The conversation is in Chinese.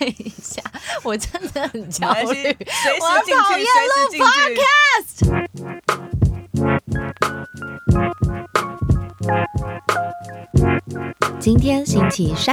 一下，我真的很焦马来西虑亚，随我时进讨去，厌随时录进去。 podcast。今天星期三，